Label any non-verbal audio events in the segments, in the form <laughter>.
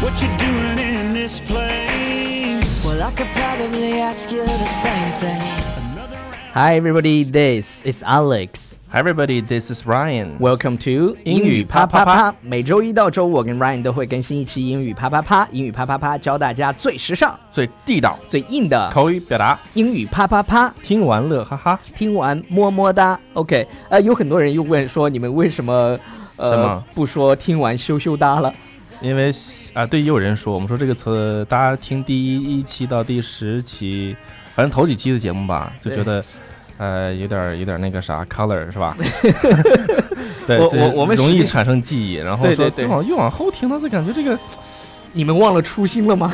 What you doing in this place? Well, I could probably ask you the same thing. Hi everybody, this is Alex. Hi everybody, this is Ryan. Welcome to 英语啪啪啪。每周一到周五，我跟 Ryan 都会更新一期英语啪啪啪。英语啪啪啪教大家最时尚、最地道最硬的口语表达，英语啪啪啪。听完乐哈哈。听完么么哒。OK，呃，有很多人又问说，你们为什么什呃么不说听完羞羞哒了？因为啊，对，也有人说我们说这个词，大家听第一期到第十期，反正头几期的节目吧，就对觉得呃有点有点那个啥 <laughs> color 是吧？对，我这我我们容是易产生记忆，然后对说对对越往越往后听到，就感觉 <laughs> 这个你们忘了初心了吗？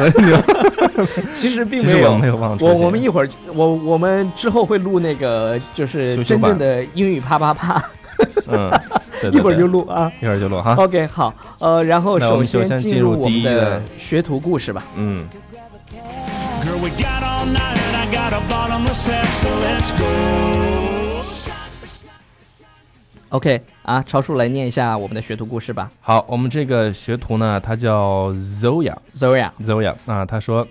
其实并呃其没实有我。没有忘记。我我们一会儿我我们之后会录那个就是羞羞真版正的英语啪啪啪，嗯，对对一会儿对就录啊。一会儿就录哈。 OK，好，呃，然后那我首们就先先进进入入我们第一的个学徒故事吧。嗯， Girl, we got all night and I got a bottomless tab, so let's go. OK，啊，超叔来念一下我们的学徒故事吧。好，我们这个学徒呢，他叫 Zoya。 Zoya， Zoya 啊，他说，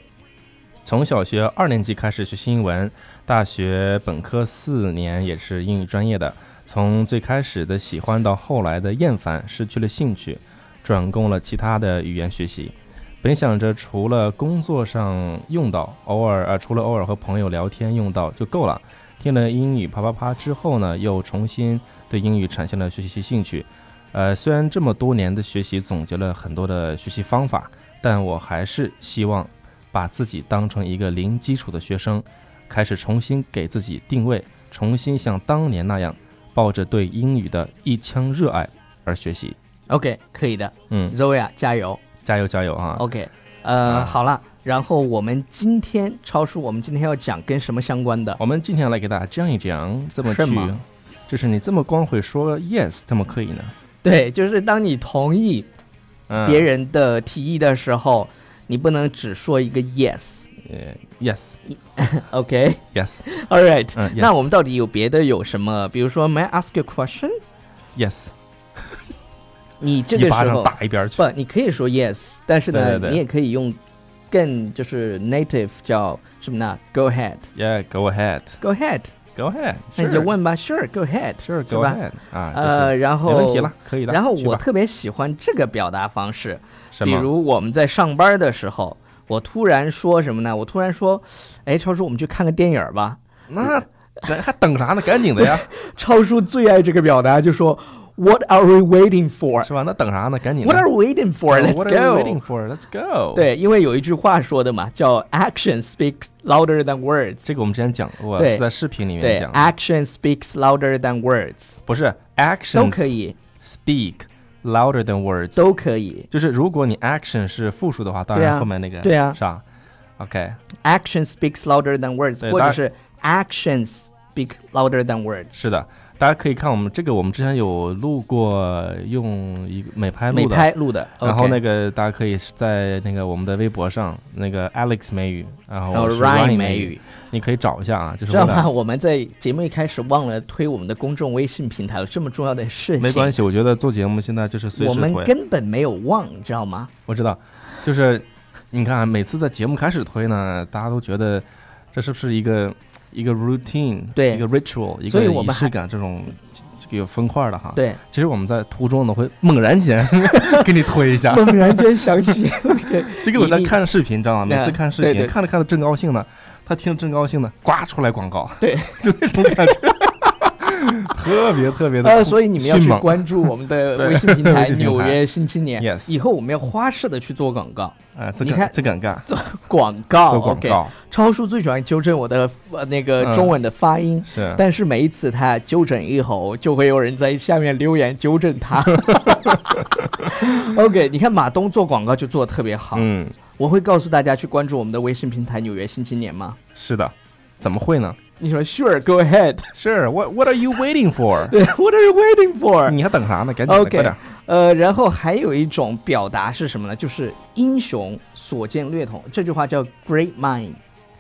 从小学二年级开始学习英文，大学本科四年也是英语专业的。从最开始的喜欢到后来的厌烦，失去了兴趣，转攻了其他的语言学习。本想着除了工作上用到，偶尔啊，除了偶尔和朋友聊天用到就够了。听了英语啪啪啪之后呢，又重新对英语产生了学习兴趣。呃，虽然这么多年的学习总结了很多的学习方法，但我还是希望把自己当成一个零基础的学生，开始重新给自己定位，重新像当年那样，抱着对英语的一腔热爱而学习。 OK，可以的嗯， ，Zoya 加油。加油加油啊！ OK，呃，啊好了，然后我们今天超叔，我们今天要讲跟什么相关的？我们今天来给大家讲一讲怎么是去吗，就是你这么光会说 yes 怎么可以呢？对，就是当你同意嗯，别人的提议的时候，你不能只说一个 yes。 <laughs> 呃 yes OK，All、 yes right，、嗯，yes 那我们到底有别的有什么？比如说，May I ask you a question？ yes，你 <laughs> 这个一巴时掌候打一边去不，。你可以说 yes，但是呢，对对对你也可以用更就是 native 叫什么呢？Go ahead，Go Yeah，go ahead，go ahead， ahead，那你就 sure，问吧，Sure，Go ahead， sure 是 go 吧？ ahead 啊，呃，然就是后没问题了，可以了。然后去我吧特别喜欢这个表达方式，什比么如我们在上班的时候，我突然说什么呢？我突然说，哎，超叔，我们去看个电影儿吧。那咱还等啥呢？赶紧的呀，超叔最爱这个表达，就说 What are we waiting 是吧？那等啥呢？赶紧的。 for？What are we waiting So for？Let's what are we go waiting。for? Let's go。，对，因为有一句话说的嘛，叫 “action speaks louder than words”。这个我们之前讲过，对是在视频里面对讲的， ，“action speaks louder than words” 不是 action 都可以， speak louder than words。都可以。就是如果你 action 是复数的话，当对啊然后面那个对啊是吧？OK， “action speaks louder than words”，对或大者家是 “actions speak louder than words”。是的，大家可以看我们这个，我们之前有录过用一个美拍美录的。拍录的，然后 OK 那个大家可以在那个我们的微博上，那个 Alex 美语，然后然后我是 Ryan Ryan 美美语，，你可以找一下啊，就是知道我俩吗？我们在节目一开始忘了推我们的公众微信平台了，这么重要的事情，没关，系，我觉得做节目现在就是随我时们推，根本没有忘，你知道吗？我知道，就是你看啊，每次在节目开始推呢，大家都觉得这是不是一个一个 routine，对一个 ritual，一所个以我仪们还式感这种这个有分块的哈。， <laughs> 对，其实我们在途中呢会猛然间 <laughs> 给你推一下，猛然间想 <laughs> 起，这个我在你看视频，你知道吗？每嗯次看视对频对看着看着正高兴呢，他听着正高兴呢，呱出来广告，对， <laughs> 就那种感觉，特别特别的呃，所以你们要迅去猛关注我们的 <laughs> 对微信平台微《信平台纽约新青年》， Yes 以后我们要花式的去做广告，啊，这你看敢这敢干，做广告，做广 OK，告超叔最喜欢纠正我的呃那个嗯中文的发音。是。但是每一次他纠正一吼，就会有人在下面留言纠正 <laughs> 他。OK，你看马东做广告就做的特别好，嗯，我会告诉大家去关注我们的微信平台《纽约新青年》吗？是的，怎么会呢？你说 Sure, go <laughs> ahead. <laughs> 是 What What are you waiting for？ What are you waiting for? 你还等啥呢？赶紧的，快 OK，点！呃，然后还有一种表达是什么呢？就是英雄所见略同，这句话叫 Great mind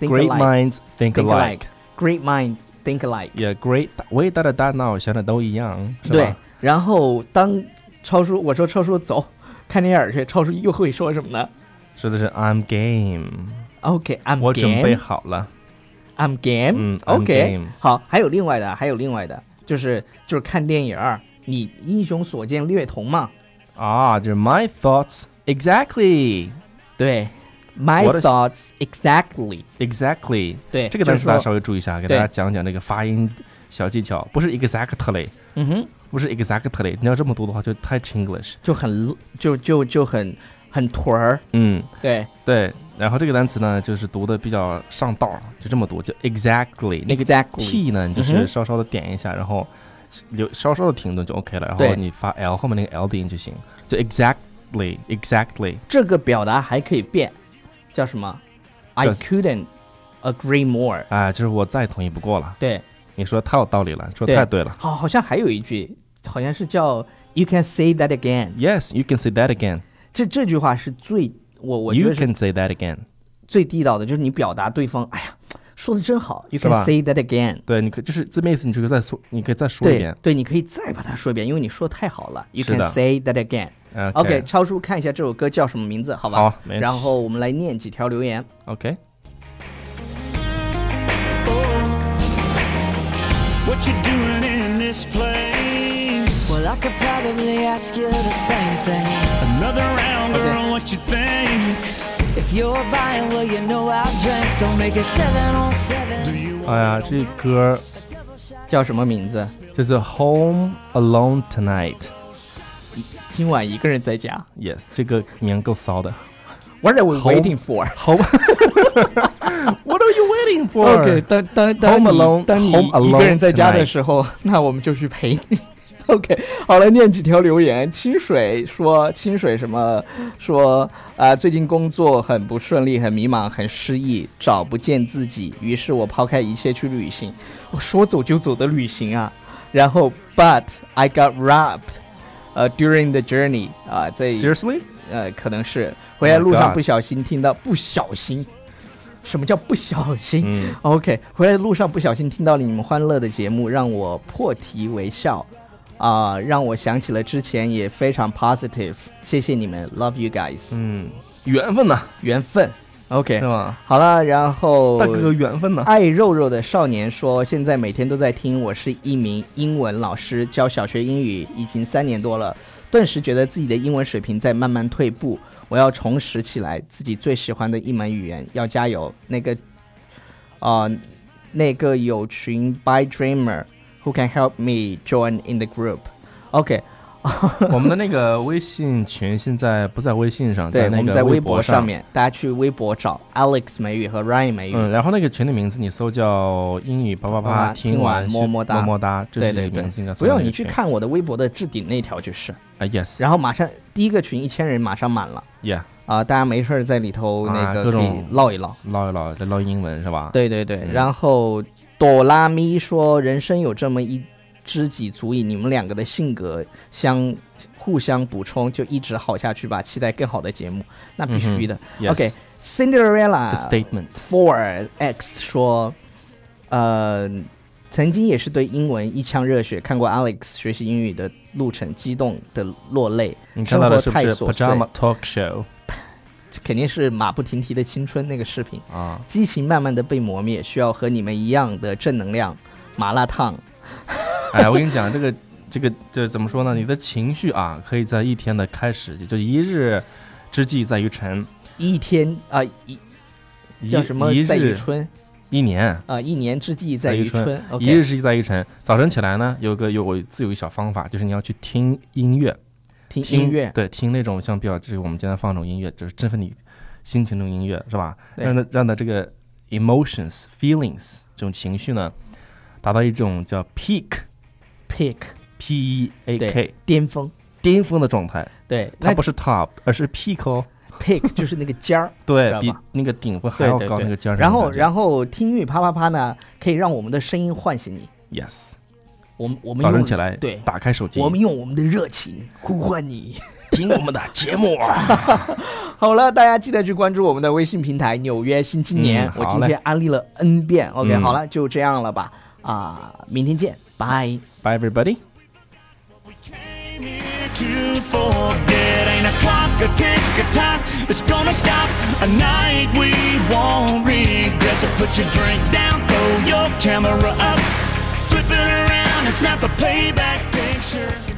think Great alike. minds think Think alike， Great mind think alike. 也 great 伟大的大脑想的都一样，是对吧？，然后当超叔我说超叔走看电影儿去，超叔又会说什么呢？说的是 I'm game， OK，I'm、我准备好了。 I'm game，嗯，I'm OK， game 好，还有另外的，还有另外的，就是就是看电影儿，你英雄所见略同嘛，啊，就是 my thoughts exactly 对，My 我的 thoughts exactly， exactly 对，这就个单是词大说，家稍微注意一下，给大对家讲讲这个发音小技巧，不是 exactly，嗯哼，不是 exactly，你要这么读的话就太 Chinglish。就很就就就很很屯儿，嗯，对对。然后这个单词呢，就是读的比较上道儿，就这么读，就 exactly。那个，exactly， t 呢，你就嗯是哼稍稍的点一下，然后留稍稍的停顿就 OK 了，然后对你发 l 后面那个 l 的音就行，就 exactly exactly。这个表达还可以变，叫什么？I 叫 couldn't agree more，啊，就是我再同意不过了。对，你说太有道理了，说对太对了。好，好像还有一句，好像是叫 You can say that again， Yes, you can say that again. 这这句话是最我我觉 You 得是 can say that again. 最地道的，就是你表达对方，哎呀，说的真好，You 是 can 吧 say that again。对，你可就是字面意思，你这个再说，你可以再说一对遍。对，你可以再把它说一遍，因为你说得太好了。You 是 can 的 say that again。 OK，, OK，超叔看一下这首歌叫什么名字，好吧？好没问题然后我们来念几条留言。 OK， What you doing in this place? Well, I could probably ask you the same thing. Another round Okay. on what you think. If you're buying, well, you know I'll drink, so make it seven on seven. Do you 哎呀，这歌叫什么名字？就是 Home Alone Tonight。今晚一个人在家。 Yes，这个名够骚的。 What are we Home- waiting for？ Home <laughs> ，What are you waiting for？ OK，当当当 Home 你 alone- 当你 Home 一个人 alone 在家的 tonight 时候， <laughs> 那我们就去陪你。OK，好来念几条留言。清水说，清水什么说啊、最近工作很不顺利，很迷茫，很失意，找不见自己。于是我抛开一切去旅行，我说走就走的旅行啊。然后，But I got robbed，呃、d u r i n g the journey，啊、在 Seriously？呃，可能是回来 Oh my 路上 God 不小心听到，不小心，什么叫不小心？嗯 OK，回来的路上不小心听到了你们欢乐的节目，让我破涕为笑，啊、让我想起了之前也非常 positive，谢谢你们，love you guys，、嗯，缘分呐、缘分，OK，是吧？好了，然后大哥，缘分呐、爱肉肉的少年说，现在每天都在听，我是一名英文老师，教小学英语已经三年多了，顿时觉得自己的英文水平在慢慢退步，我要重拾起来自己最喜欢的一门语言，要加油。那个，啊、那个有群 By Dreamer who can help me join in the group。OK， <laughs> 我们的那个微信群现在不在微信上，对，那我们个在微博博上。面，大家去微博找 Alex 美语和 Ryan 美语。嗯，然后那个群的名字你搜叫英语叭叭啊叭，听听完完是么么哒么么哒，这对是对名对字应该。搜不到用那个你去群看我的微博的置顶那条就是，啊，yes，然后马上第一个群一千人马上满了 yeah，啊、大家没事儿在里头那啊个各可以种唠一唠。唠一唠，再唠英文是吧？，对对对，嗯然后朵拉咪说：“人生有这么一知己足矣，你们两个的性格相互相补充，就一直好下去吧。期待更好的节目，那必须的。 Yes. OK，Cinderella 嗯啊 The statement. Four X 说，呃，曾经也是对英文一腔热血，看过 Alex 学习英语的路程，激动的落泪。你看到的是不是生活太琐碎 Pajama Talk Show 这肯定是马不停蹄的青春那个视频。啊？激情慢慢的被磨灭，需要和你们一样的正能量。麻辣烫， <laughs> 哎，我跟你讲，这个这个这怎么说呢？你的情绪啊，可以在一天的开始，就一日之计在于晨，一天啊、一一叫什么一在于日春一年。啊、一年之计在于春。一日 OK，之计在于晨。早晨起来呢，有个有我自有一个小方法，就是你要去听音乐，听听音乐，对，听那种像比较这个我们今天放这种音乐，就是振奋你心情这种音乐，是吧？对让它让它这个 emotions feelings 这种情绪呢，达到一种叫 peak pick p e a 对 k 巅峰，巅峰的状态，对，它那不是 top，而是 peak 哦， pick 就是那个尖儿，知对道比吧那个顶峰 <laughs> 还对要对高那对个尖儿。然后然后后听音乐啪啪啪呢，可以让我们的声音唤醒你。 yes，我们我们早晨用起来对，打开手机，我们用我们的热情呼唤你。听我们的节目啊。 <laughs> 好了，大家记得去关注我们的微信平台《纽约新青年》嗯我好今嘞天安利了 N 遍。OK，、嗯好了，就这样了吧。啊、明天见，拜。 <laughs> Bye everybody。 Came here to forget. Ain't a clock, a tick, a tock. It's gonna stop a night we won't regret. So put your drink down, throw your camera up, flip it around and snap a payback picture.